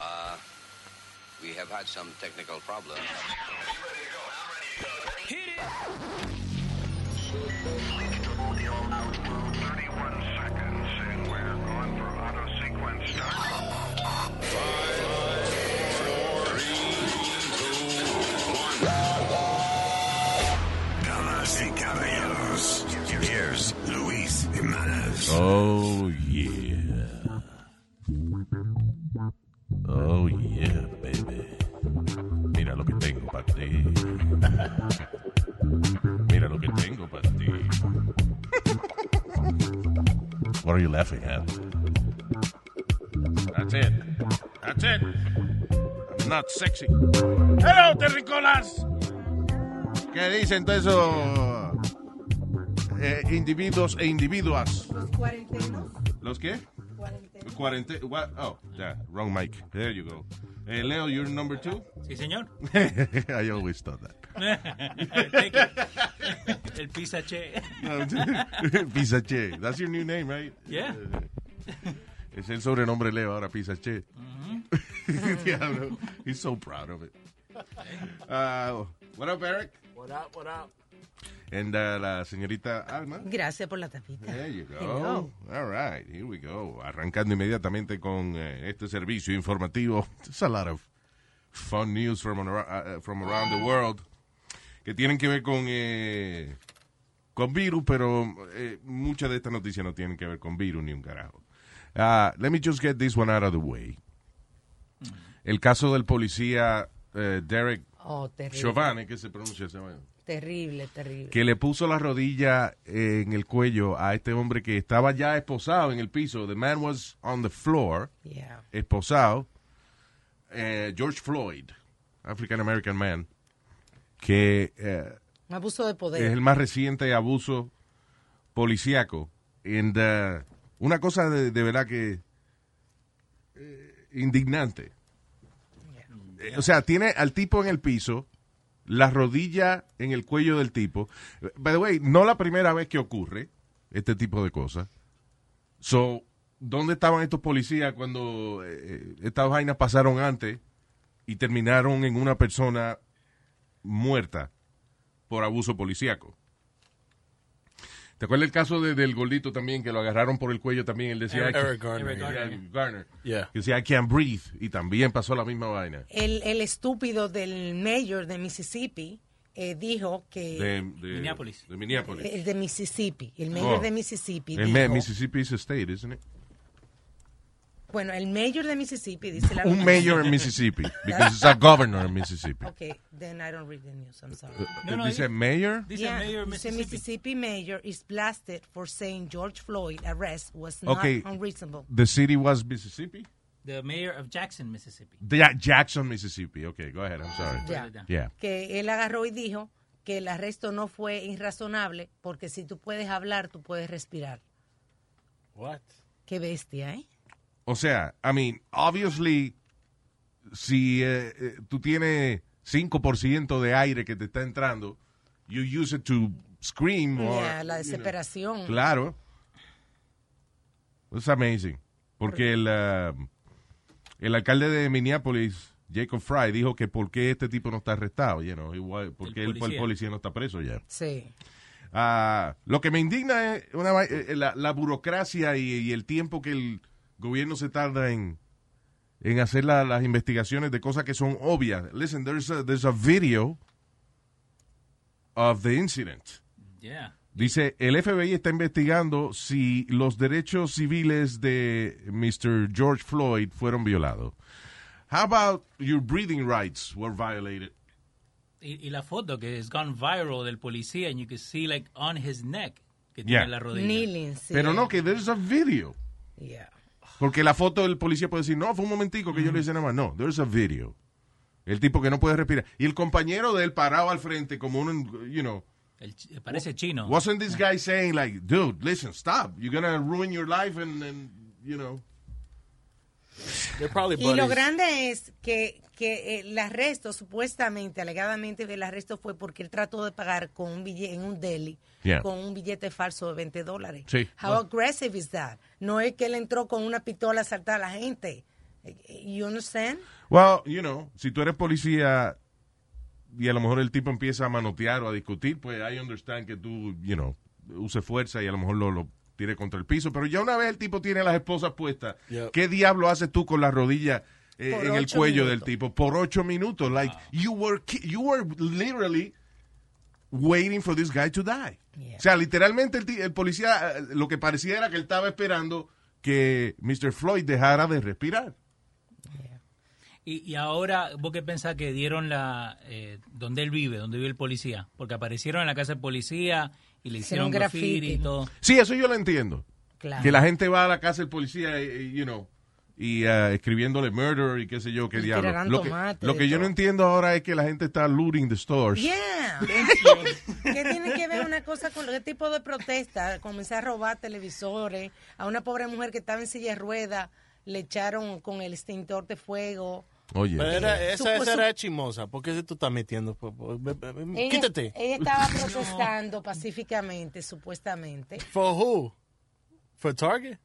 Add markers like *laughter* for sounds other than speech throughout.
Uh, we have had some technical problems. Hit it! Damas y caballeros, here's Luis Jimenez. Oh, yeah. Oh, yeah, baby. Mira lo que tengo para ti. *laughs* Mira lo que tengo para ti. *laughs* What are you laughing at? That's it. That's it. I'm not sexy. Hello, Terricolas. ¿Qué dicen todos esos eh, individuos e individuas? Los cuarentenos. ¿Los qué? cuarentenos. Cuarenta. What? Oh, yeah, wrong mic. There you go. Eh, Leo, you're number two? Sí, señor. *laughs* I always thought that. Take it. El pizza che. *laughs* Pisache. That's your new name, right? *laughs* Yeah. Es el sobrenombre Leo ahora, Pisache. *laughs* Diablo. He's so proud of it. Uh, what up, Eric? What up, what up? And uh, la señorita Alma. Gracias por la tapita. There you go. Hello. All right, here we go. Arrancando inmediatamente con eh, este servicio informativo. There's a lot of fun news from, ar- uh, from around the world que tienen que ver con, eh, con virus, pero eh, muchas de estas noticias no tienen que ver con virus ni un carajo. Ah, let me just get this one out of the way. El caso del policía eh, Derek Oh, terrible. Chauvin, que se pronuncia ese man? Terrible, terrible. que le puso la rodilla eh, en el cuello a este hombre que estaba ya esposado en el piso. The man was on the floor, Yeah. esposado. Eh, George Floyd, African American man, que eh, Un abuso de poder. es el más reciente abuso policíaco. And, uh, una cosa de, de verdad que eh, indignante. Eh, O sea, tiene al tipo en el piso, la rodilla en el cuello del tipo. By the way, no la primera vez que ocurre este tipo de cosas. So, ¿dónde estaban estos policías cuando eh, estas vainas pasaron antes y terminaron en una persona muerta por abuso policíaco? ¿Te acuerdas el caso de- del gordito también, que lo agarraron por el cuello también? Él decía, Eric- "I Eric can't- Garner, Eric yeah. Garner, Garner, Yeah. que decía, I can't breathe, y también pasó la misma vaina. El, el estúpido del mayor de Mississippi eh, dijo que... De, de- Minneapolis. De Minneapolis. El de Mississippi. El mayor Oh. de Mississippi El dijo... Ma- Mississippi is a state, isn't it? Bueno, el mayor de Mississippi dice la Un mayor *laughs* en Mississippi, because it's a governor en Mississippi. Okay, then I don't read the news. I'm Uh, sorry. No, no, Dice di- mayor. Dice Yeah, Mayor dice Mississippi. Mississippi mayor is blasted for saying George Floyd arrest was not Okay. unreasonable. The city was Mississippi. The mayor of Jackson, Mississippi. Ja- Jackson, Mississippi. Okay, go ahead. I'm sorry. Yeah. Yeah. que él agarró y dijo que el arresto no fue irrazonable porque si tú puedes hablar, tú puedes respirar. What? Qué bestia, ¿eh? O sea, I mean, obviously, si eh, eh, tú tienes 5% de aire que te está entrando, you use it to scream Ya, or, la you know. desesperación. Claro. It's amazing. Porque el, ah, el alcalde de Minneapolis, Jacob Fry, dijo que por qué este tipo no está arrestado, you know, igual, por El qué el, el policía. policía no está preso ya. Sí. Ah, lo que me indigna es una vai- eh, la, la burocracia y, y el tiempo que el gobierno se tarda en, en hacer la- las investigaciones de cosas que son obvias. Listen, there's a, there's a video of the incident. Yeah. Dice, el FBI está investigando si los derechos civiles de Mr. George Floyd fueron violados. How about your breathing rights were violated? Y, y la foto que has gone viral del policía and you can see like on his neck que Yeah. tiene la rodilla. Kneeling, sí. Pero no, que there's a video. Yeah. Porque la foto del policía puede decir, no, fue un momentico que yo le hice nada más. No, there's a video. El tipo que no puede respirar. Y el compañero de él parado al frente como un, you know, El chi- parece chino. wasn't this guy saying like, dude, listen, stop. You're gonna ruin your life and, and you know. They're probably Y lo buddies. grande es que, que el arresto, supuestamente, alegadamente, el arresto fue porque él trató de pagar con un billete en un deli, Yeah. con un billete falso de 20 dólares. Sí. Ah. How aggressive is that? No es que él entró con una pistola a saltar a la gente. You understand? Well, you know, si tú eres policía y a lo mejor el tipo empieza a manotear o a discutir, pues I understand que tú, you know, use fuerza y a lo mejor lo, lo tire contra el piso. Pero ya una vez el tipo tiene las esposas puestas, Yep. ¿qué diablo haces tú con la rodilla eh, Por en el ocho cuello del minutos. tipo por ocho minutos? Like, you, were, ki- you were literally waiting for this guy to die. Yeah. O sea, literalmente el, ti- el policía eh, lo que parecía era que él estaba esperando que Mr. Floyd dejara de respirar. Y, y ahora, ¿vos qué pensás que dieron la. eh, donde él vive, donde vive el policía? Porque aparecieron en la casa del policía y le Hicieron hicieron graffiti y graffiti. todo. Sí, eso yo lo entiendo. Claro. Que la gente va a la casa del policía, eh, eh, you know, y ah, escribiéndole murder y qué sé yo, qué Y diablo. tirarán Lo que, tomate lo de que yo no todo. entiendo ahora es que la gente está looting the stores. Yeah. ¿Qué tiene que ver una cosa con qué tipo de protesta? Comenzar a robar televisores. A una pobre mujer que estaba en silla de ruedas le echaron con el extintor de fuego. Oye, Pero era, esa, Supo- esa era chimosa. ¿Por qué tú estás metiendo? Por- por- ve- ve- ve- Ella, Quítate. ella estaba *laughs* protestando pacíficamente, supuestamente. For who? For Target?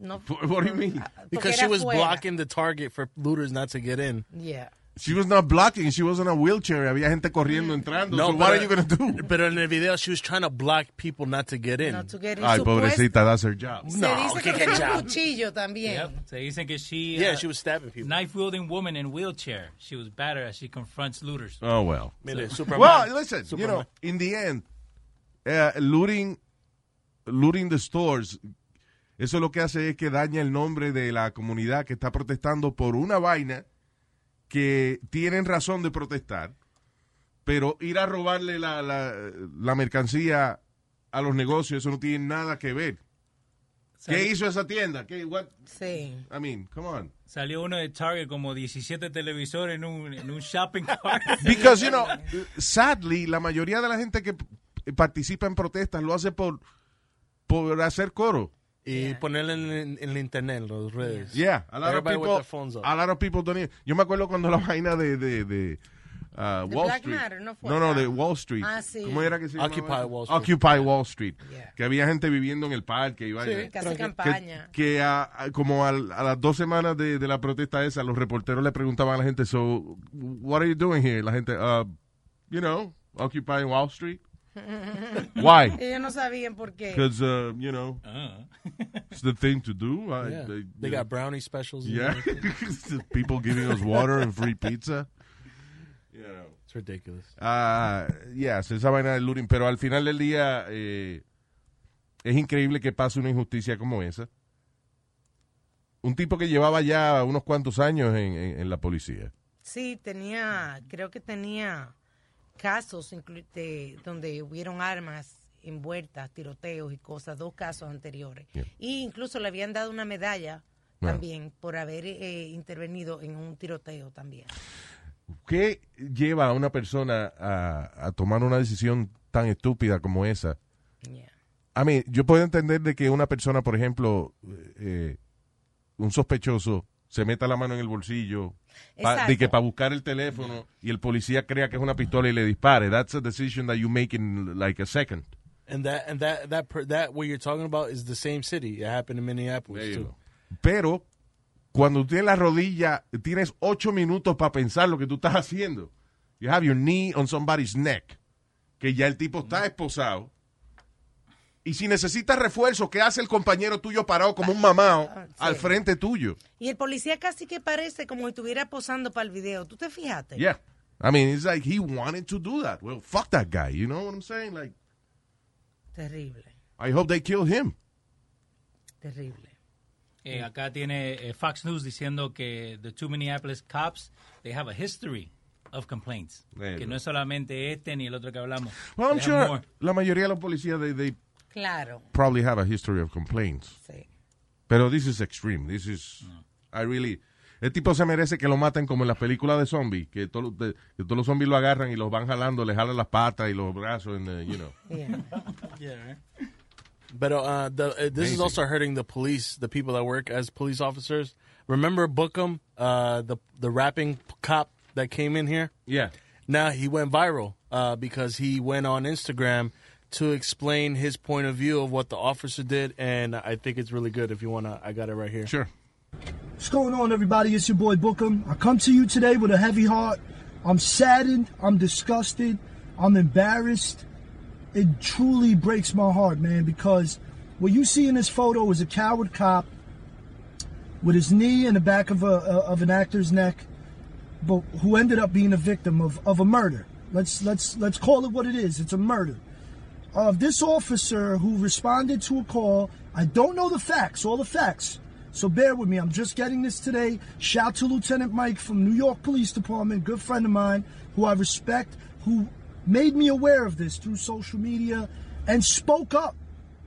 No, what do you mean? porque Because she era was fuera. blocking the Target for looters not to get in. Yeah. She was not blocking, she was in a wheelchair. Había gente corriendo, entrando. so what are you gonna do? Pero en el video, she was trying to block people not to get in. No, to get in. Ay, Supuest- pobrecita, that's her job. Se No, dice que qué tenía cachao. un cuchillo también. Yep. Se dicen que she. yeah, uh, she was stabbing people. Knife wielding woman in wheelchair. She was battered as she confronts looters. Oh, well. Mire, Superman. Well, listen, you Superman. know, in the end, eh, looting, looting the stores, eso lo que hace es que daña el nombre de la comunidad que está protestando por una vaina que tienen razón de protestar, pero ir a robarle la, la, la mercancía a los negocios, eso no tiene nada que ver. ¿Qué Sali- hizo esa tienda? ¿Qué, what? Sí. I mean, come on. Salió uno de Target como 17 televisores en un, en un shopping cart. Because, you know, sadly, la mayoría de la gente que p- participa en protestas lo hace por, por hacer coro. Y ponerle en, en, en el internet, en las redes. Yeah, a lot, of Everybody with people, their phones up. a lot of people don't even- Yo me acuerdo cuando la *laughs* vaina de, de, de, uh, The Wall Black Street. Matter, ¿no fue? no, no, de Ah. Wall Street. Ah, sí. ¿Cómo era que se llamaba? Occupy Wall Street. Occupy Wall Street. Yeah. Que había gente viviendo en el parque y vaina. Sí. Que hace Tranqui- campaña. Que, que a- a- como al- a, las dos semanas de, de la protesta esa, los reporteros le preguntaban a la gente, so, what are you doing here? La gente, "Uh, you know, occupying Wall Street. Why? Ellos no sabían por qué. Because, uh, you know, Ah. it's the thing to do. I- Yeah. they- They got brownie specials. and Yeah. *laughs* everything. *laughs* People giving us water and free pizza. You know. It's ridiculous. Ah, yes, esa vaina del looting. Pero al final del día eh, es increíble que pase una injusticia como esa. Un tipo que llevaba ya unos cuantos años en, en- en la policía. Sí, tenía, creo que tenía casos inclu- de- donde hubieron armas envueltas, tiroteos y cosas, dos casos anteriores. Yeah. Y incluso le habían dado una medalla Wow. también por haber eh, intervenido en un tiroteo también. ¿Qué lleva a una persona a, a tomar una decisión tan estúpida como esa? Yeah. A mí, yo puedo entender de que una persona, por ejemplo, eh, un sospechoso, se meta la mano en el bolsillo pa- Exacto. de que para buscar el teléfono y el policía crea que es una pistola y le dispare. That's a decision that you make in like a second. And that and that that per, that what you're talking about is the same city. It happened in Minneapolis too. Pero cuando tienes la rodilla, tienes ocho minutos para pensar lo que tú estás haciendo. You have your knee on somebody's neck, que ya el tipo está esposado. Y si necesitas refuerzo, ¿qué hace el compañero tuyo parado como un mamao Ah, sí. al frente tuyo? Y el policía casi que parece como si estuviera posando para el video. ¿Tú te fijaste? Yeah. I mean, it's like he wanted to do that. Well, fuck that guy. You know what I'm saying? Like, Terrible, I hope they kill him. terrible. *laughs* Eh, acá tiene eh, Fox News diciendo que the two Minneapolis cops, they have a history of complaints. Bueno. Que no es solamente este ni el otro que hablamos. Well, I'm They have sure more. la mayoría de los policías, they, they Claro, probably have a history of complaints. sí. Pero this is extreme. This is. I really. El tipo se merece que lo maten como en las películas de zombies, que, todo- de- que todos los zombies lo agarran y los van jalando, le jalan las patas y los brazos, and, uh, you know. Yeah. But uh, the, uh, this is Amazing. also hurting the police, the people that work as police officers. Remember Bookham, uh, the the rapping cop that came in here. Yeah. Now he went viral uh, because he went on Instagram to explain his point of view of what the officer did, and I think it's really good. If you wanna, I got it right here. Sure. What's going on, everybody? It's your boy Bookham. I come to you today with a heavy heart. I'm saddened. I'm disgusted. I'm embarrassed. It truly breaks my heart, man, because what you see in this photo is a coward cop with his knee in the back of, a, of an actor's neck, but who ended up being a victim of, of a murder. Let's, let's, let's call it what it is it's a murder of this officer who responded to a call. I don't know the facts, all the facts. So bear with me. I'm just getting this today. Shout to Lieutenant Mike from New York Police Department, good friend of mine, who I respect, who made me aware of this through social media and spoke up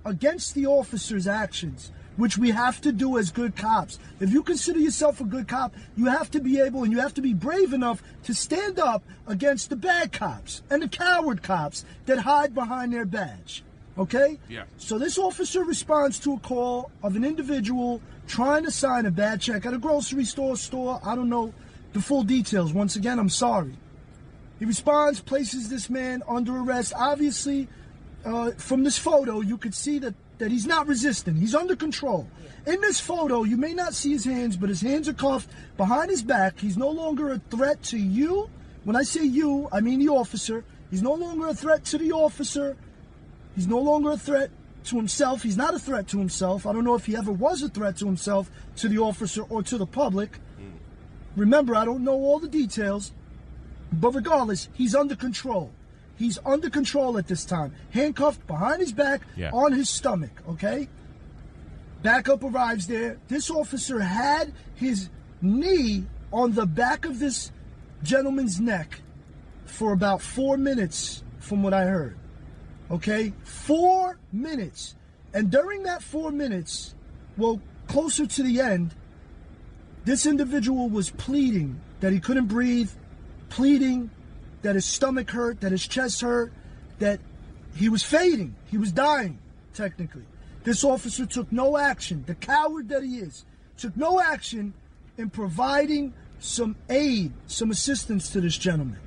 against the officer's actions, which we have to do as good cops. If you consider yourself a good cop, you have to be able and you have to be brave enough to stand up against the bad cops and the coward cops that hide behind their badge. Okay? Yeah. So this officer responds to a call of an individual trying to sign a bad check at a grocery store, store, I don't know the full details. Once again, I'm sorry. He responds, places this man under arrest. Obviously, uh, from this photo, you could see that, that he's not resisting. He's under control. In this photo, you may not see his hands, but his hands are cuffed behind his back. He's no longer a threat to you. When I say you, I mean the officer. He's no longer a threat to the officer. He's no longer a threat to himself. He's not a threat to himself. I don't know if he ever was a threat to himself, to the officer, or to the public. Remember, I don't know all the details, but regardless, he's under control. He's under control at this time. Handcuffed behind his back, Yeah. on his stomach, okay? Backup arrives there. This officer had his knee on the back of this gentleman's neck for about four minutes, from what I heard. Okay? Four minutes. And during that four minutes, well, closer to the end, this individual was pleading that he couldn't breathe, pleading that his stomach hurt, that his chest hurt, that he was fading, he was dying, technically. This officer took no action, the coward that he is, took no action in providing some aid, some assistance to this gentleman.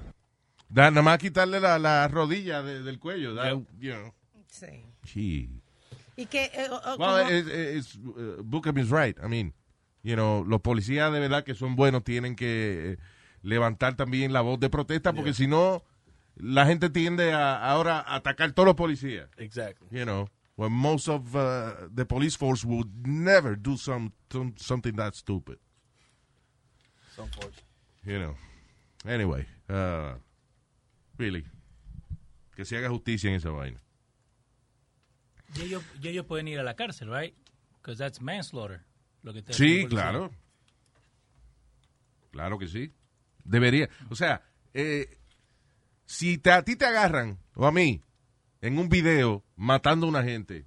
Da- nada más quitarle la, la rodilla de- del cuello. that, you know. Sí. Gee. Y que, eh, o- o Well, como- it- it- it's, uh, Bookham is right. I mean, you know, los policías de verdad que son buenos tienen que eh, levantar también la voz de protesta porque si no, la gente tiende a ahora a atacar todos los policías. Exactly. You know, when most of uh, the police force would never do some, some- something that stupid. It's unfortunate. You know. Anyway, uh, really, que se haga justicia en esa vaina. Y ellos, y ellos pueden ir a la cárcel, right? Because that's manslaughter. Lo que está Sí, haciendo el policía. claro. Claro que sí. Debería. O sea, eh, si te- a ti te agarran, o a mí, en un video matando a una gente,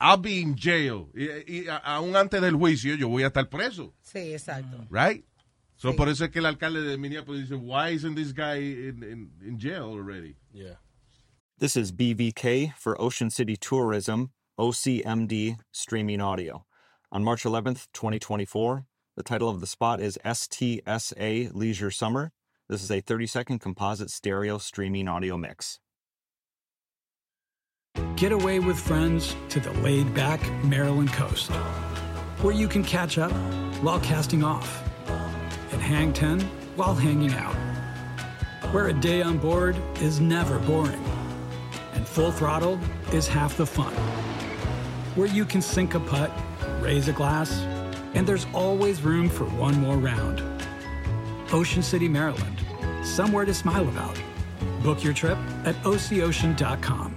I'll be in jail. Y, y a- aún antes del juicio, yo voy a estar preso. sí, exacto. Right? So, Por eso es que el alcalde de Minneapolis dice, why isn't this guy in, in, in jail already? Yeah. This is BVK for Ocean City Tourism, OCMD streaming audio. On March 11th, 2024, the title of the spot is STSA Leisure Summer. This is a 30 second composite stereo streaming audio mix. Get away with friends to the laid back Maryland coast, where you can catch up while casting off and hang 10 while hanging out. Where a day on board is never boring and full throttle is half the fun. Where you can sink a putt, raise a glass, and there's always room for one more round. Ocean City, Maryland, somewhere to smile about. Book your trip at oceocean.com.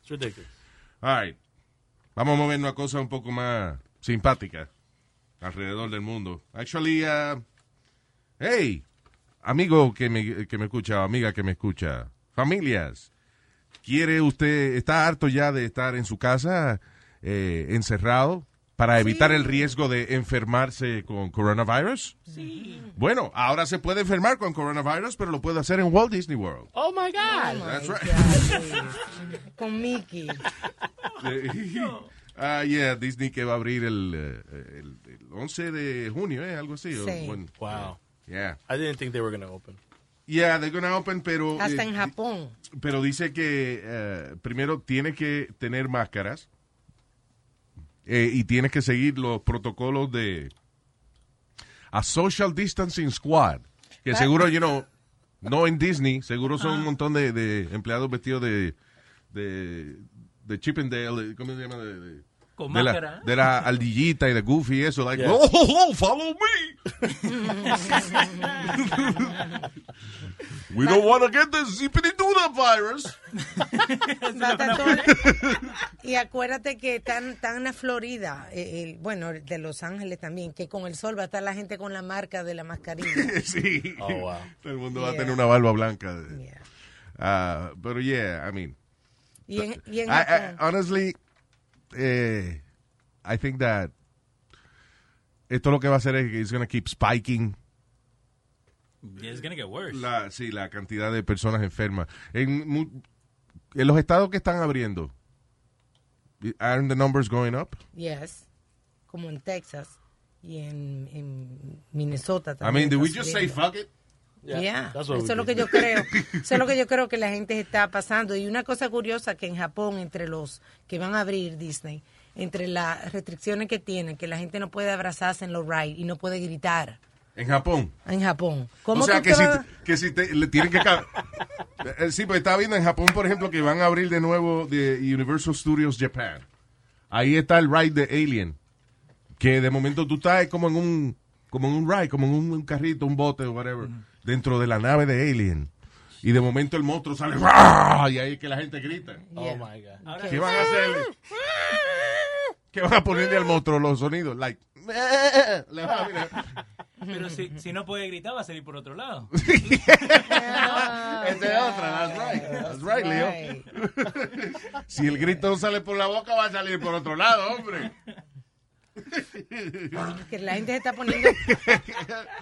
It's ridiculous. All right. Vamos a movernos a cosas un poco más simpáticas alrededor del mundo. Actually, uh, hey, amigo que me, que me escucha, amiga que me escucha, familias, ¿quiere usted, está harto ya de estar en su casa eh, encerrado para evitar el riesgo de enfermarse con coronavirus? Sí. Bueno, ahora se puede enfermar con coronavirus, pero lo puede hacer en Walt Disney World. Oh my God. That's right. Con Mickey. *laughs* Ah, yeah, Disney que va a abrir el, eh, el, el 11 de junio, ¿eh? Algo así. o Sí. buen- Wow. Yeah. I didn't think they were going to open. Yeah, they're gonna open, pero... Hasta eh, en Japón. *laughs* pero dice que eh, primero tiene que tener máscaras eh, y tienes que seguir los protocolos de a social distancing squad que seguro you know no en Disney seguro Ah. son un montón de, de empleados vestidos de de, de Chippendale eh, cómo se llama de, de- Con de la, máscara. de la ardillita y de Goofy y eso like Yeah. oh, oh, oh, follow me *laughs* we don't want to get this zippity doo virus Va a estar todo- *laughs* y acuérdate que tan, tan a Florida, eh, el- bueno, de Los Ángeles también, que con el sol va a estar la gente con la marca de la mascarilla. *laughs* sí. Oh, wow. Todo el mundo va a Yeah. tener una barba blanca. de- Ah, pero yeah, I mean, Y en, y *laughs* en I- I- Japón. honestly, eh, I think that esto lo que va a hacer es que it's gonna keep spiking It's gonna get worse. la, sí, la cantidad de personas enfermas. En, mu- en los estados que están abriendo, aren't the numbers going up? Yes. Como en Texas y en, en Minnesota I también. mean, did we está just say subiendo. fuck it? Yeah. that's Eso what es we lo que did. yo creo. Eso es lo que yo creo que la gente se está pasando. Y una cosa curiosa que en Japón, entre los que van a abrir Disney, entre las restricciones que tienen, que la gente no puede abrazarse en los rides y no puede gritar En Japón. en Japón. o sea, tú que te si, vas- que si te- le tienen que... ca- Eh, sí, pues estaba viendo en Japón, por ejemplo, que van a abrir de nuevo de Universal Studios Japan. Ahí está el ride de Alien, que de momento tú estás como en un, como en un ride, como en un, un carrito, un bote o whatever, dentro de la nave de Alien. Y de momento el monstruo sale ¡Rah! y ahí es que la gente grita. Oh my God. Ahora, ¿Qué van a hacerle? ¿Qué van a ponerle al monstruo los sonidos? Like, *laughs* le van a poner- pero si, si no puede gritar, va a salir por *laughs* otro lado. Esa Este es otra, that's right. That's right, Leo. Ay, Si el grito sale por la boca, va a salir por otro lado, hombre. que la gente se está *laughs* poniendo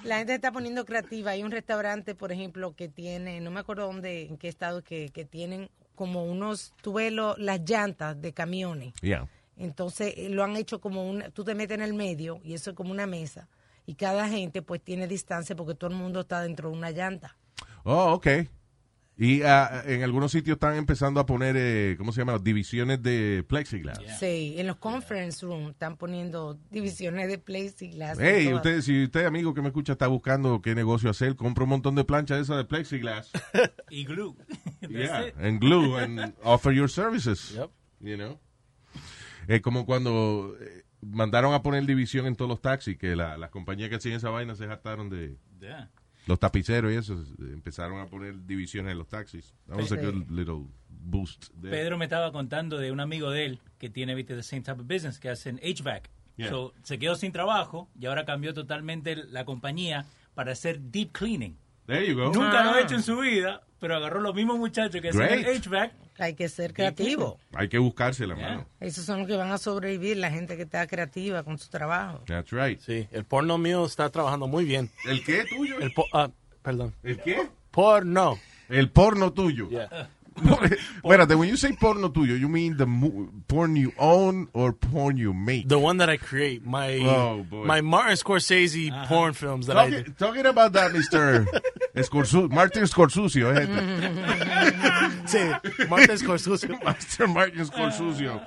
la gente se está poniendo creativa hay un restaurante por ejemplo que tiene no me acuerdo dónde en qué estado que, que tienen como unos tubelos las llantas de camiones Yeah. Entonces eh, lo han hecho como un, tú te metes en el medio y eso es como una mesa y cada gente pues tiene distancia porque todo el mundo está dentro de una llanta. Oh, ok. Y ah, en algunos sitios están empezando a poner, eh, ¿cómo se llama? Divisiones de plexiglass. Sí, en los conference room están poniendo divisiones de plexiglass. en Hey, todas. usted, si usted, amigo que me escucha, está buscando qué negocio hacer, compra un montón de planchas esas de plexiglass. *laughs* Y glue. *laughs* That's yeah, it. and glue and offer your services. Yep. You know. Es como cuando eh, mandaron a poner división en todos los taxis, que la- las compañías que hacían esa vaina se hartaron de Yeah. los tapiceros y eso, eh, empezaron a poner divisiones en los taxis. That was a Sí. good little boost. there. Pedro me estaba contando de un amigo de él que tiene, viste, the same type of business, que hacen HVAC. Yeah. So, se quedó sin trabajo y ahora cambió totalmente la compañía para hacer deep cleaning. There you go. Nunca lo ha hecho en su vida, pero agarró los mismos muchachos que hacían Ah. el Great. HVAC. Hay que ser creativo. Hay que buscarse la Yeah. mano. Esos son los que van a sobrevivir, la gente que está creativa con su trabajo. That's right. Sí, el porno mío está trabajando muy bien. ¿El qué tuyo? El po ah, perdón. ¿El qué? Porno. El porno tuyo. Yeah. *laughs* Espérate, when you say porno tuyo, you mean the mu- porn you own or porn you make? The one that I create, my Oh, boy. my Martin Scorsese porn films that I do. Talking, talking about that, Mr. Scorsu Martin Scorsuzio, eh. Sí, Martin Scorsese. *laughs* Master Martin Scorsuzio.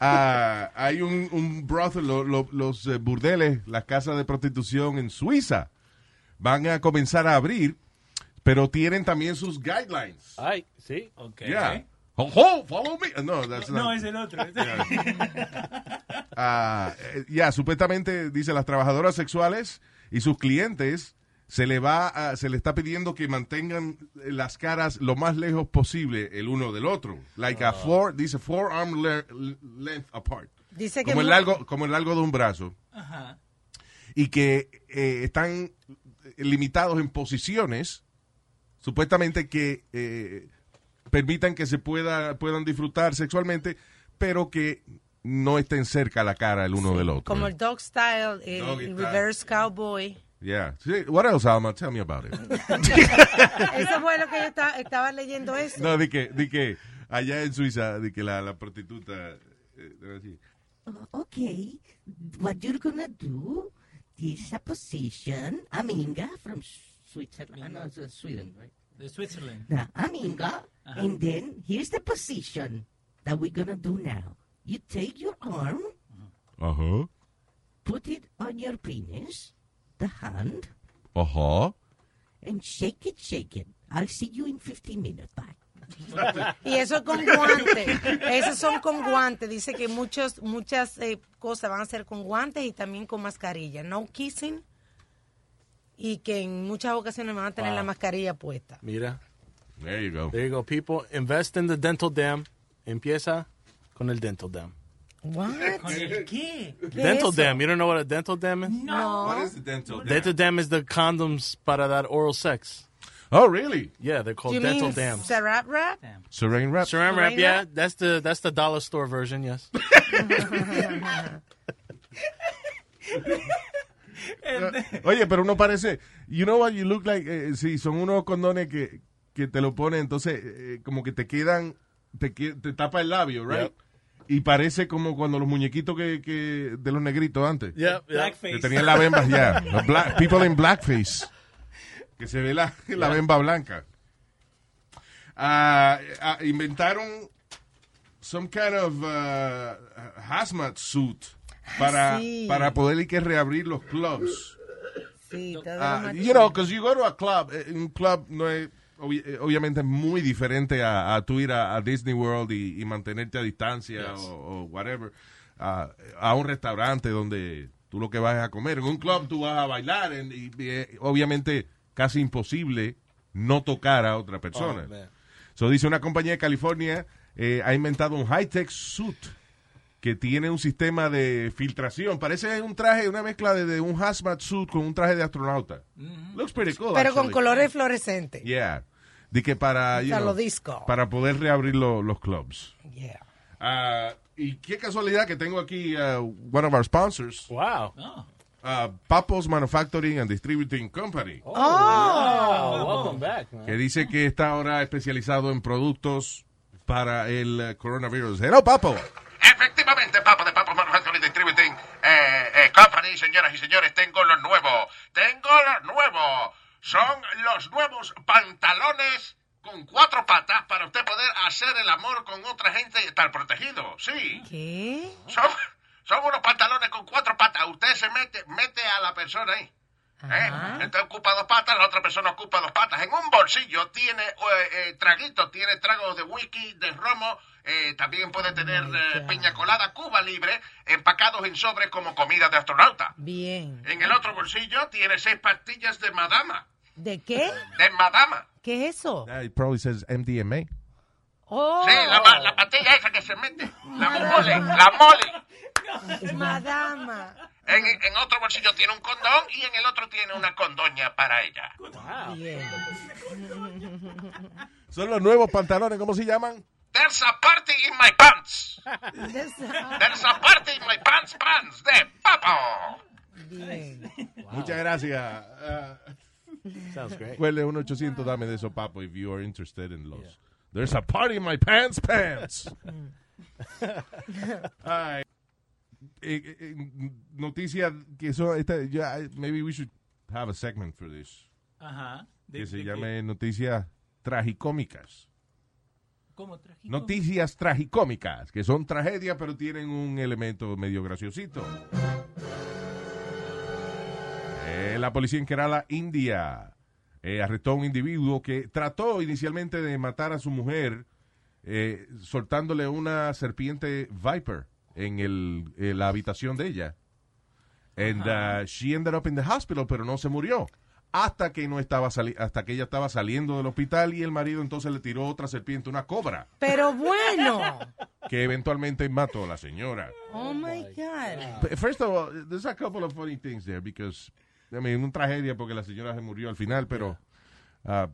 Ah, hay un, un brothel, lo- lo- los eh, burdeles, las casas de prostitución en Suiza van a comenzar a abrir, pero tienen también sus guidelines. Ay, sí. Okay. Yeah. Ho, ho, follow me. No, that's No, not- es el otro. Ah, eh, ya, supuestamente, dice, las trabajadoras sexuales y sus clientes se le va a- se le está pidiendo que mantengan eh, las caras lo más lejos posible el uno del otro. Like a four, dice four arm le- length apart. Dice que Como el mu- largo, como el largo de un brazo. Y que eh, están limitados en posiciones, supuestamente que eh, permitan que se pueda, puedan disfrutar sexualmente, pero que no estén cerca la cara el uno del otro. Como el dog style, el Doggy style. reverse cowboy. *laughs* Yeah. Sí, What else, Alma? Tell me about it. *laughs* Eso fue lo que yo esta- estaba leyendo eso. No, di que, di que allá en Suiza, di que la, la prostituta... eh, era así. Uh, Okay, what you're gonna do is a position, Aminga from S- Switzerland, no, it's, uh, Sweden, right? *laughs* De Switzerland. Now, Aminga, Ajá. and then here's the position that we're gonna do now. You take your arm, Ajá. put it on your penis, the hand, Ajá. and shake it, shake it. I'll see you in 15 minutes. Bye. Y eso es con guantes. Esos son con guantes. Dice que muchos, muchas eh, cosas van a ser con guantes y también con mascarilla. No kissing. Y que en muchas ocasiones van a tener Wow. la mascarilla puesta. Mira. There you go. There you go, people. Invest in the dental dam. Empieza con el dental dam. What? ¿Con el qué? Dental dam. You don't know what a dental dam is? What is the dental Dental dam is the condoms para dar oral sex. Oh, really? Yeah, they're Do called you dental mean dams. Sarap Rap? Serene Rap. Saran wrap, Saran yeah, wrap? that's the that's the dollar store version, *laughs* yes. Oye, pero uno parece... You know what you look like? eh, sí, son unos condones que, que te lo ponen, entonces eh, como que te quedan... Te, que- te tapa el labio, right? Y parece como cuando los muñequitos que, que de los negritos antes. Yep, yep. Que Blackface. tenían la bemba, ya. Los black- people in blackface. Que se ve la, la bemba blanca. Ah, ah, inventaron some kind of ah, hazmat suit para, sí. para poder y que reabrir los clubs. Sí, está Ah, dramático. you know, because you go to a club, eh, un club no es, obvi- eh, obviamente es muy diferente a, a tú ir a, a Disney World y, y mantenerte a distancia o, o whatever, a, a un restaurante donde tú lo que vas es a comer. En un club tú vas a bailar en- y, y, eh, obviamente casi imposible no tocar a otra persona. Oh, man. so dice una compañía de California eh, ha inventado un high-tech suit que tiene un sistema de filtración. Parece un traje, una mezcla de, de un hazmat suit con un traje de astronauta. Looks pretty cool. Pero con actually. colores fluorescentes. Yeah. De que para, you Para know, los discos. para poder reabrir lo- los clubs. Yeah. Ah, y qué casualidad que tengo aquí ah, one of our sponsors, Wow. Oh, ah, Papos Manufacturing and Distributing Company, Wow, Oh, welcome back, man. que dice que está ahora especializado en productos para el eh, coronavirus. Hello, Papo. Efectivamente, Papo de Papo Manufacturing Distributing eh, eh, Company, señoras y señores, tengo los nuevos. Tengo los nuevos. Son los nuevos pantalones con cuatro patas para usted poder hacer el amor con otra gente y estar protegido. Sí. ¿Qué? Son, son unos pantalones con cuatro patas. Usted se mete, mete a la persona ahí. ¿eh? Usted ocupa dos patas, la otra persona ocupa dos patas. En un bolsillo tiene eh, eh, traguitos, tiene tragos de whisky, de romo, eh, también puede Oh tener eh, piña colada, cuba libre, empacados en sobres como comida de astronauta. Bien. En el otro bolsillo tiene seis pastillas de madama. ¿De qué? De madama. ¿Qué es eso? Ah, it probably says MDMA. Oh, Sí, la, ma- la pastilla esa que se mete. La Oh mole, la mole. madama. En, en otro bolsillo tiene un condón y en el otro tiene una condoña para ella. Bien. Son los nuevos pantalones, ¿cómo se llaman? There's a party in my pants. Esa- There's a party in my pants, pants de papo. Bien. Muchas gracias. Ah, Sounds great. Huele 1-800, dame de eso, papo, if you are interested in los. There's a party in my pants, *laughs* pants. All right. Eh, eh, eh, noticia que son esta, ya, eh, maybe we should have a segment for this ajá. De- que se de- llame noticias tragicómicas ¿Cómo trágico? noticias tragicómicas que son tragedias pero tienen un elemento medio graciosito Eh, la policía en Kerala, India, eh, arrestó a un individuo que trató inicialmente de matar a su mujer eh, soltándole una serpiente viper en el, en la habitación de ella. And uh, she ended up in the hospital, pero no se murió. Hasta que no estaba sali- hasta que ella estaba saliendo del hospital y el marido entonces le tiró otra serpiente, una cobra, Pero bueno. que eventualmente mató a la señora. Oh my God. But First of all, there's a couple of funny things there because, I mean, una tragedia porque la señora se murió al final, pero ah,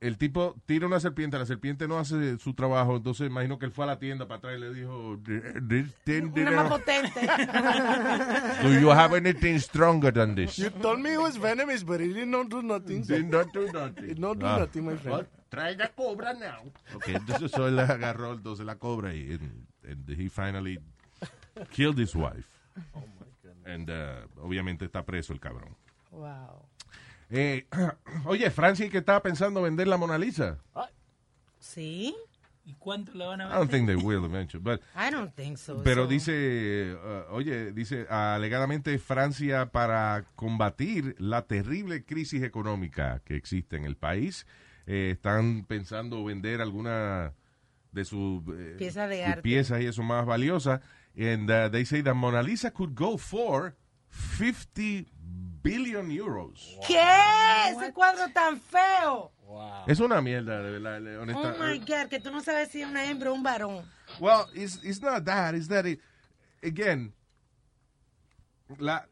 el tipo tira una serpiente, la serpiente no hace su trabajo, entonces imagino que él fue a la tienda para atrás y le dijo, Una más potente. *laughs* Do you have anything stronger than this? You told me it was venomous, but it did not do nothing. Did not do nothing. It not do Ah. nothing, my friend. What? Traiga cobra now. Ok, entonces so él agarró entonces la cobra y and, and he finally killed his wife. And uh, obviamente está preso el cabrón. Wow. Eh, *clears throat* oye, Francis que estaba pensando vender la Mona Lisa. ¿Sí? ¿Y cuánto le van a I vender? don't think they will eventually. But, I don't think so. Pero Eso- dice, uh, oye, dice, alegadamente Francia para combatir la terrible crisis económica que existe en el país, eh, están pensando vender alguna de sus eh, Piezas de sus arte. piezas y eso más valiosas. And uh, they say that Mona Lisa could go for 50 billion euros. ¿Qué? Ese cuadro tan feo. Es una mierda, de verdad, le- honesta- eh, oh my God, que tú no sabes si es una hembra o un varón. Well, it's, it's not that. It's that, it- again, la,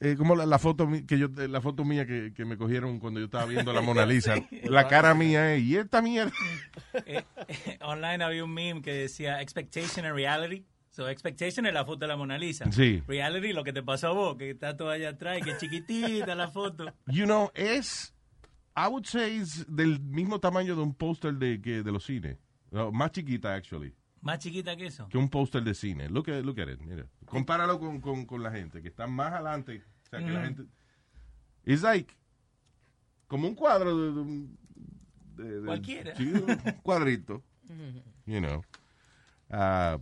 eh, como la, la foto mi- que yo, eh, la foto mía que, que me cogieron cuando yo estaba viendo la Mona Lisa, Sí. la cara mía es, y esta mierda. Eh, *laughs* eh, online había un meme que decía expectation and reality. So, expectation es la foto de la Mona Lisa. Sí. Reality, lo que te pasó a vos, que está toda allá atrás, y que es chiquitita la foto. You know, es, I would say, es del mismo tamaño de un póster de, que de los cines. No, más chiquita, actually, Más chiquita que eso. que un póster de cine. Look at, look at it, mira. Compáralo con, con, con la gente, que está más adelante. O sea, que la Mm. gente... It's like, como un cuadro de- de un- de- de- Cualquiera. Sí, un *laughs* cuadrito. You know. Ah,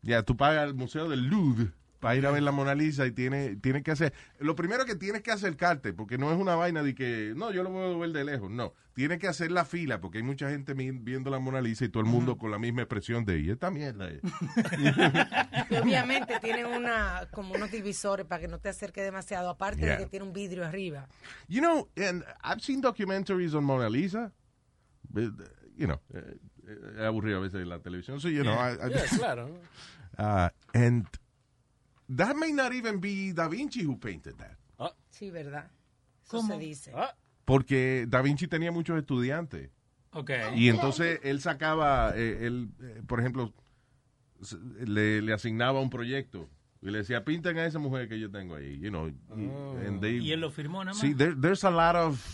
ya, tú pagas al Museo del Louvre para ir a ver la Mona Lisa y tiene, tiene que hacer... Lo primero que tienes que acercarte, porque no es una vaina de que, no, yo lo puedo ver de lejos, no. Tienes que hacer la fila, porque hay mucha gente mi- viendo la Mona Lisa y todo el mundo con la misma expresión de, y esta mierda es". Y obviamente tienen una, como unos divisores para que no te acerque demasiado, aparte Yeah. de que tiene un vidrio arriba. You know, and I've seen documentaries on Mona Lisa. But, uh, you know, eh, eh, es aburrido a veces la televisión. So, you know, Yeah. I, I, Yeah, claro. Uh, and that may not even be Da Vinci who painted that. Sí, ¿verdad? Eso se dice. Oh Ah, Porque Da Vinci tenía muchos estudiantes. Ok. Y entonces él sacaba, eh, él, eh, por ejemplo, s- le, le asignaba un proyecto. Y le decía, pinten a esa mujer que yo tengo ahí. You know, and they- Oh. Y él lo firmó nada más. Sí, there- there's a lot of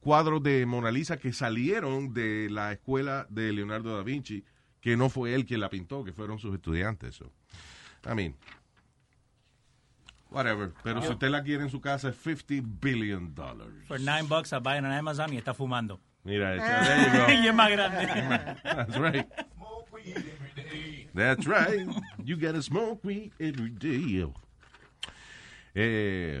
cuadros de Mona Lisa que salieron de la escuela de Leonardo da Vinci, que no fue él quien la pintó, que fueron sus estudiantes. so. I mean, whatever. Pero si usted la quiere en su casa, es 50 billion dollars. Por 9 bucks a buy en Amazon y está fumando. Mira eso, there you go. *laughs* y es *laughs* más grande. *laughs* That's right. That's right. You gotta smoke weed every day. Eh,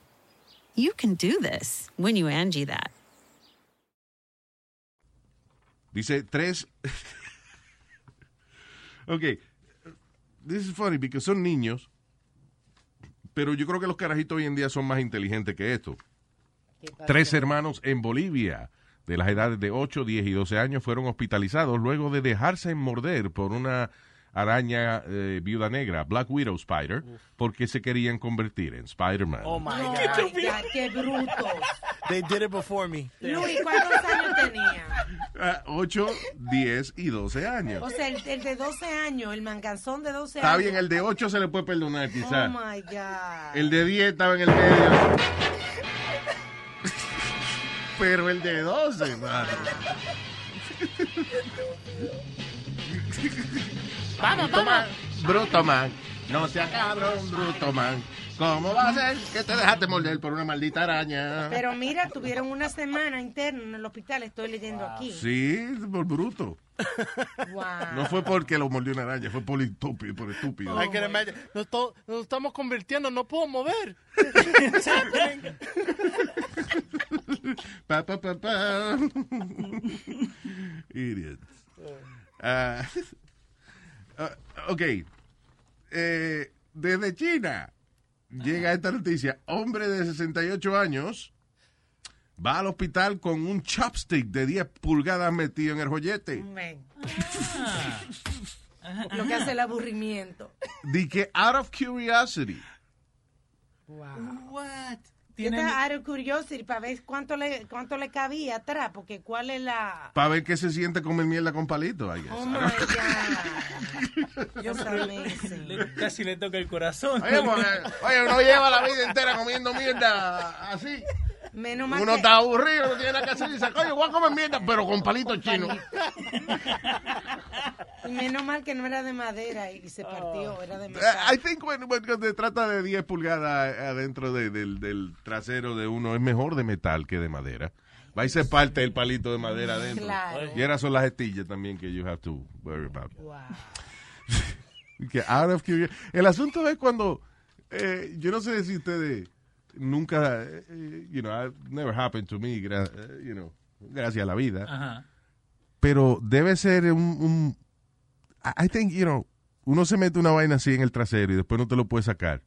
You can do this when you Angie that. Dice tres. *laughs* ok. This is funny because son niños. Pero yo creo que los carajitos hoy en día son más inteligentes que esto. Tres hermanos en Bolivia, de las edades de 8, 10 y 12 años, fueron hospitalizados luego de dejarse morder por una araña eh, viuda negra, Black Widow Spider, porque se querían convertir en Spider-Man. Oh my Oh, *laughs* god. my God, qué bruto. They did it before me. Luis, ¿cuántos años tenía? Ah, 8, 10 y 12 años. O sea, el, el de 12 años, el manganzón de 12 Está años. bien, el de 8 se le puede perdonar Oh quizás. my God. El de 10 estaba en el *laughs* medio. Pero el de 12, mano. Vamos, Toma, vamos. bruto man. No seas cabrón, bruto man. ¿Cómo va a ser que te dejaste morder por una maldita araña? Pero mira, tuvieron una semana interna en el hospital, estoy leyendo aquí. Sí, por bruto. Wow. No fue porque lo mordió una araña, fue por estúpido. Por estúpido. I can imagine. Nos, to- nos estamos convirtiendo, no puedo mover. Pa, pa, pa, *laughs* pa. Idiot. Eh. Ah, *laughs* ah, ok. Eh, desde China llega esta noticia. Hombre de 68 años va al hospital con un chopstick de 10 pulgadas metido en el joyete. Ven. Lo que hace el aburrimiento. Di que out of curiosity. Wow. What? Yo estaba out of curiosity para ver cuánto le, cuánto le cabía atrás, porque cuál es la... Para ver qué se siente comer mierda con palito. I guess. Oh, my God. Yo le- casi le toca el corazón. *laughs* Oye, porque- oye, uno lleva la vida entera comiendo mierda así. Menos mal Uno que- está aburrido, no tiene nada que hacer y dice, oye, voy a comer mierda, pero con palitos chinos. Y menos mal que no era de madera y se partió, era de metal. Eh, I think when, when se trata de 10 pulgadas eh, adentro de- del, del trasero de uno, es mejor de metal que de madera. Va y se parte el palito de madera adentro. Claro. Y eras son las estillas también que you have to worry about. *laughs* Que out of curiosity. El asunto es cuando, eh, yo no sé si ustedes nunca, eh, you know, I've never happened to me, gra- eh, you know, gracias a la vida. Ajá. Pero debe ser un, un- I I think, you know, uno se mete una vaina así en el trasero y después no te lo puede sacar.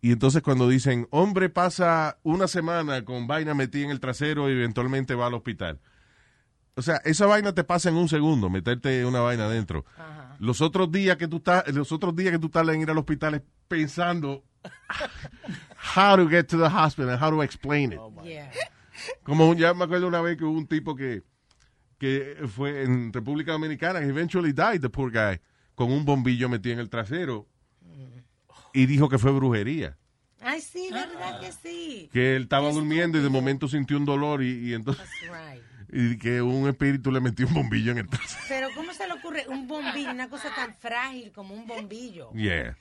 Y entonces cuando dicen, hombre pasa una semana con vaina metida en el trasero y eventualmente va al hospital. O sea, esa vaina te pasa en un segundo, meterte una vaina adentro. Los otros días que tú estás, los otros días que tú estás en ir al hospital es pensando *laughs* how to get to the hospital and how to explain it. Yeah. Como un- ya me acuerdo una vez que hubo un tipo que, que fue en República Dominicana, que eventually died, the poor guy, con un bombillo metido en el trasero y dijo que fue brujería. Ay, sí, verdad que sí. Que él estaba durmiendo y de momento sintió un dolor y, y entonces. Right. Y que un espíritu le metió un bombillo en el trasero. Pero ¿cómo se le ocurre un bombillo, una cosa tan frágil como un bombillo? Yeah.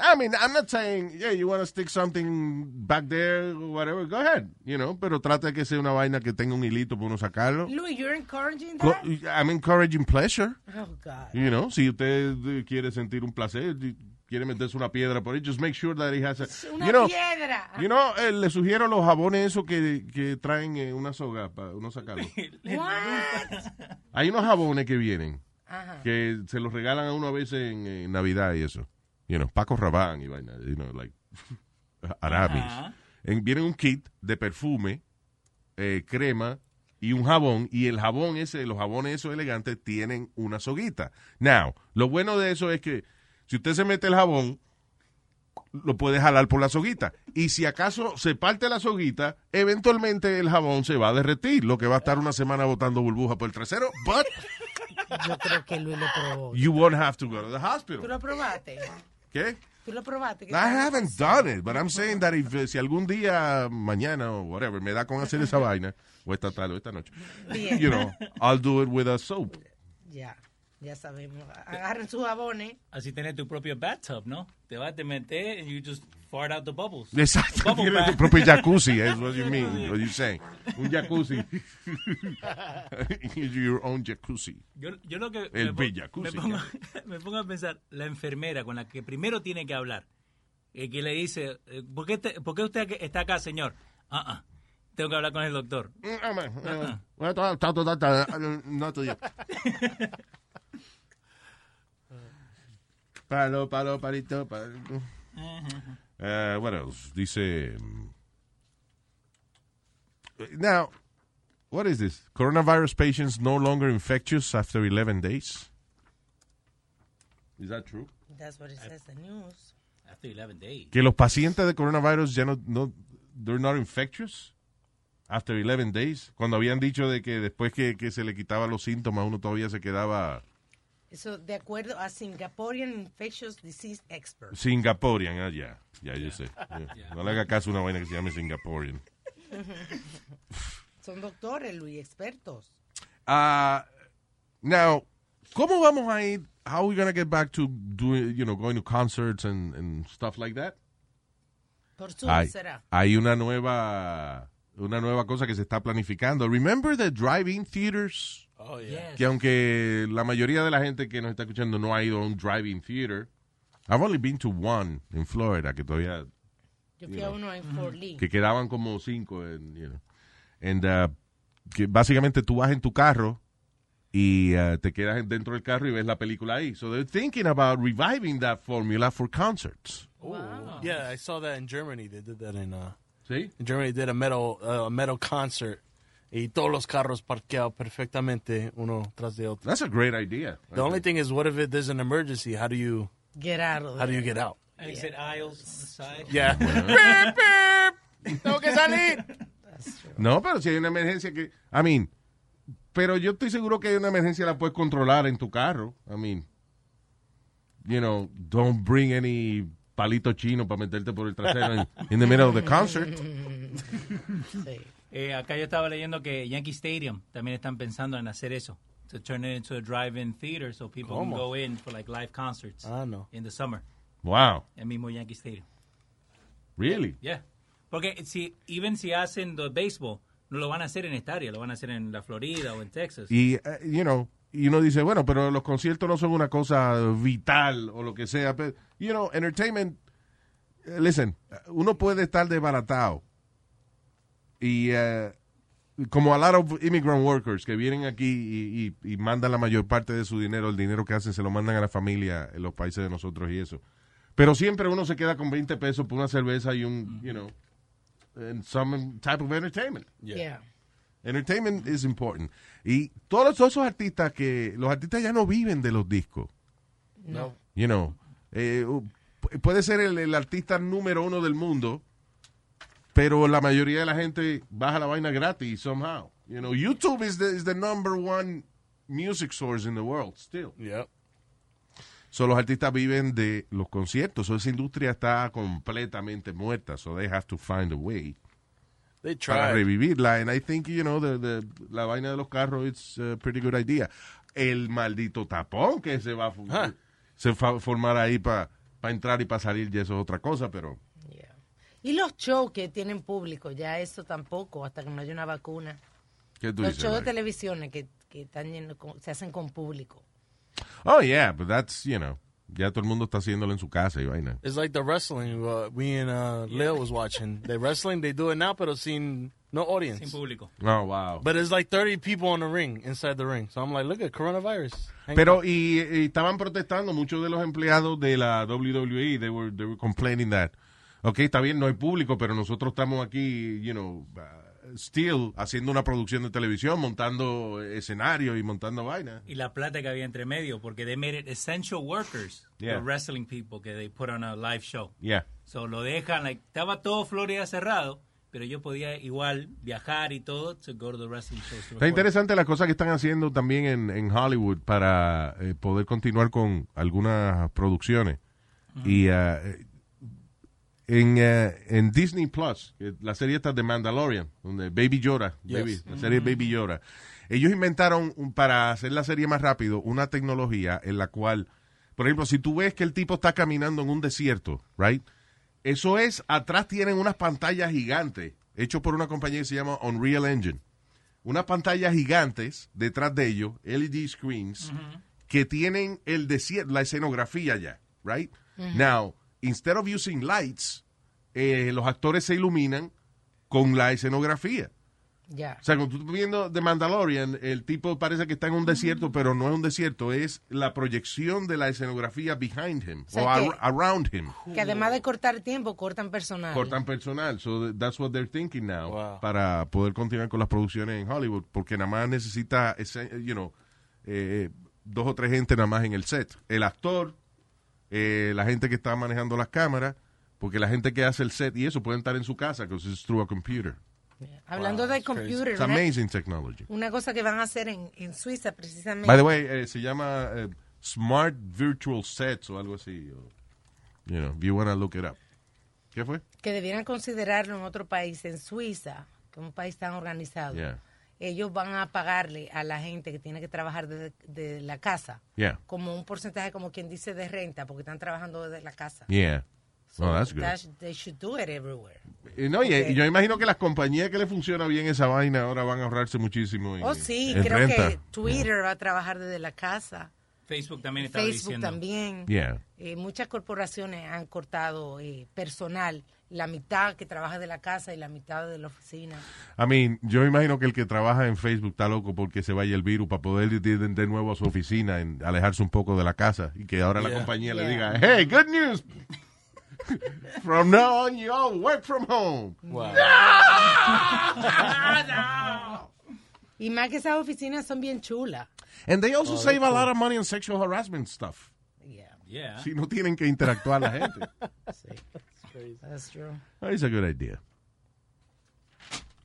I mean, I'm not saying, yeah, you want to stick something back there, whatever, go ahead, you know, pero trata de que sea una vaina que tenga un hilito para uno sacarlo. Luis, you're encouraging Co- that? I'm encouraging pleasure. Oh, God. You know, si usted eh, quiere sentir un placer, y quiere meterse una piedra por ahí, just make sure that he has a... Una you know, piedra. You know, eh, le sugiero los jabones esos que, que traen eh, una soga para *laughs* uno sacarlo. What? Hay unos jabones que vienen, Ajá. que se los regalan a uno a veces en, en Navidad y eso. You know, Paco Rabanne y vaina, you know, like, Arabis. Ajá. En- viene un kit de perfume, eh, crema y un jabón. Y el jabón ese, los jabones esos elegantes tienen una soguita. Now, lo bueno de eso es que si usted se mete el jabón, lo puede jalar por la soguita. Y si acaso se parte la soguita, eventualmente el jabón se va a derretir, lo que va a estar una semana botando burbuja por el trasero. But Yo creo que Luis lo probó. you won't have to go to the ¿Tú hospital. lo probaste? ¿Qué? ¿Tú lo probaste? ¿Qué I tal? haven't done it, but I'm saying that if, eh, si algún día, mañana o whatever, me da con hacer esa vaina, o esta tarde o esta noche, Bien. you know, I'll do it with a soap. Ya, ya sabemos. Agarren sus jabones. Así tienes tu propio bathtub, ¿no? Te vas, te metes and you just fart out the bubbles. Exacto, Bubble tiene bath. tu propio jacuzzi, eh, is what you mean, what you saying. Un jacuzzi. *laughs* Your own jacuzzi. Yo, yo lo que El pon- jacuzzi. me pongo, *laughs* me pongo a pensar, la enfermera con la que primero tiene que hablar, eh, que le dice, eh, ¿por qué, te- por qué usted aquí- está acá, señor? Ah, ah, tengo que hablar con el doctor. Eh, Ah, bueno, ta- ta- ta- ta- ta- eh, no te digo. Palo, palo, palito, palo. Eh, what else? Dice. mm, Now, what is this? Coronavirus patients no longer infectious after 11 days. Is that true? That's what it says, the news. After 11 days. Que los pacientes de coronavirus ya no, no they're not infectious after 11 days. Cuando habían dicho de que después que, que se le quitaban los síntomas, uno todavía se quedaba Eso de acuerdo a Singaporean Infectious Disease Expert. Singaporean. Ah, ya, ya, yo sé. Ya. Ya. No le haga caso a una vaina que se llame Singaporean. son doctores, Luis, expertos. Uh, now, ¿cómo vamos a ir? How are we going to get back to doing, you know, going to concerts and, and stuff like that? Por Zoom Hay, será. hay una nueva una nueva cosa que se está planificando. Remember the drive-in theaters? Oh, yeah. Que aunque la mayoría de la gente que nos está escuchando no ha ido a un drive-in theater, I've only been to one in Florida, que todavía Yo fui a uno en Fort Lee. Mm-hmm. que quedaban como cinco. en, you know. And, uh, que básicamente tú vas en tu carro y uh, te quedas dentro del carro y ves la película ahí. So they're thinking about reviving that formula for concerts. Yeah, I saw that in Germany. They did that in uh, See? in Germany. They did a metal uh, a metal concert. Y todos los carros parqueados perfectamente uno tras de otro. That's a great idea. The only thing is, what if it, there's an emergency? How do you Get out of how do you get out? Exit aisles on the side. Yeah. Tengo que salir. No, pero si hay una emergencia que... I mean, pero yo estoy seguro que hay una emergencia la puedes controlar en tu carro. I mean, you know, don't bring any palito chino para meterte por el trasero in, in the middle of the concert. Eh, acá yo estaba leyendo que Yankee Stadium también están pensando en hacer eso. To turn it into a drive-in theater so people can ¿Cómo? go in for like live concerts. Ah, no. In the summer. Wow, El mismo Yankee Stadium. really? Yeah. Porque si, even si hacen the baseball, no lo van a hacer en esta área, lo van a hacer en la Florida o en Texas. Y, eh, you know, y uno dice, bueno, pero los conciertos no son una cosa vital o lo que sea. Pero, you know, entertainment, eh, listen, uno puede estar desbaratado. Y eh, como a lot of immigrant workers que vienen aquí y, y- y mandan la mayor parte de su dinero, el dinero que hacen se lo mandan a la familia en los países de nosotros y eso. Pero siempre uno se queda con 20 pesos por una cerveza y un, you know, and some type of entertainment. Yeah. Entertainment is important. Y todos, todos esos artistas que los artistas ya no viven de los discos. No. You know, Eh, u- pu- puede ser el, el artista número uno del mundo, pero la mayoría de la gente baja la vaina gratis somehow. You know, YouTube is the, is the number one music source in the world still. Yep. So los artistas viven de los conciertos. So esa industria está completamente muerta. So they have to find a way They para tried. revivirla. And I think, you know, the- the- la vaina de los carros, it's a pretty good idea. El maldito tapón que se va a, fu- se fa- formar ahí para entrar y para salir, ya eso es otra cosa, pero... Y los shows que tienen público, ya eso tampoco, hasta que no haya una vacuna. ¿Qué tú Los dices, shows de Mike? televisiones que, que están llenos con- se hacen con público. Oh, yeah, but that's, you know, ya todo el mundo está haciéndolo en su casa y vaina. It's like the wrestling uh, we and uh, Leo was watching. the wrestling they do it now, pero sin no audience. Sin público. Oh, wow. But it's like 30 people on the ring inside the ring. So I'm like, look at coronavirus. Hang Pero on. y, y estaban protestando muchos de los empleados de la WWE, they were, they were complaining that, ok, está bien, no hay público, pero nosotros estamos aquí, you know, uh, still haciendo una producción de televisión, montando escenarios y montando vainas. Y la plata que había entre medio, porque they made it essential workers, Yeah. the wrestling people que they put on a live show. Yeah. So lo dejan, like, estaba todo Florida cerrado, pero yo podía igual viajar y todo to go to the wrestling shows. to Está record. interesante las cosas que están haciendo también en, en Hollywood para eh, poder continuar con algunas producciones. Y ah, eh, en, eh, en Disney Plus, eh, la serie está de Mandalorian, donde Baby Yoda, Yes. Baby- la serie Baby Yoda. Ellos inventaron un- para hacer la serie más rápido una tecnología en la cual, por ejemplo, si tú ves que el tipo está caminando en un desierto, right? Eso es, atrás tienen unas pantallas gigantes, hecho por una compañía que se llama Unreal Engine. Unas pantallas gigantes detrás de ellos, LED screens, que tienen el desierto, la escenografía ya, right? Ujú. Now, instead of using lights, eh, los actores se iluminan con la escenografía. Ya. O sea, cuando tú estás viendo The Mandalorian, el tipo parece que está en un desierto, pero no es un desierto, es la proyección de la escenografía behind him, O sea, o ar- que- around him. Que además de cortar tiempo, cortan personal. Cortan personal. So th- that's what they're thinking now. Para poder continuar con las producciones en Hollywood. Porque nada más necesita, ese, you know, eh, dos o tres gente nada más en el set. El actor, eh, la gente que está manejando las cámaras. Porque la gente que hace el set y eso pueden estar en su casa, because it's through a computer. Hablando de computer, It's una, amazing technology. una cosa que van a hacer en, en Suiza precisamente. By the way, eh, se llama eh, Smart Virtual Sets o algo así. o, you know, if you want to look it up. ¿Qué fue? que debieran considerarlo en otro país, en Suiza, que es un país tan organizado, Yeah. ellos van a pagarle a la gente que tiene que trabajar desde de la casa Yeah. como un porcentaje, como quien dice, de renta, porque están trabajando desde la casa. Yeah. No, Oh, that's good. That- they should do it everywhere. Y Eh, no, y, Porque- y yo imagino que las compañías que le funciona bien esa vaina ahora van a ahorrarse muchísimo. En, Oh, sí, en creo renta. que Twitter va a trabajar desde la casa. Facebook también estaba Facebook diciendo. también. Yeah. Eh, muchas corporaciones han cortado eh, personal, la mitad que trabaja de la casa y la mitad de la oficina. I mean, yo imagino que el que trabaja en Facebook está loco porque se vaya el virus para poder ir de, de nuevo a su oficina, en- alejarse un poco de la casa y que ahora la Yeah. compañía le Yeah. diga, hey, good news. *laughs* From now on, you all work from home. Y más que esas oficinas son bien chulas. And they also Oh, save a that's lot cool. of money on sexual harassment stuff. Yeah. Si no tienen que interactuar la gente. That's true. That's a good idea.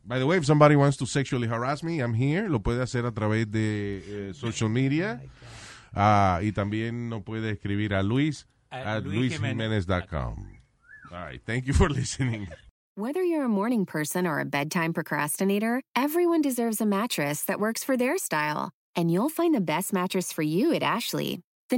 By the way, if somebody wants to sexually harass me, I'm here. Lo puede hacer a través de eh, social media. Ah, y también nos puede escribir a Luis At at Luis Jimenez. luisjimenez.com. All right. Thank you for *laughs* listening. Whether you're a morning person or a bedtime procrastinator, everyone deserves a mattress that works for their style. And you'll find the best mattress for you at Ashley. The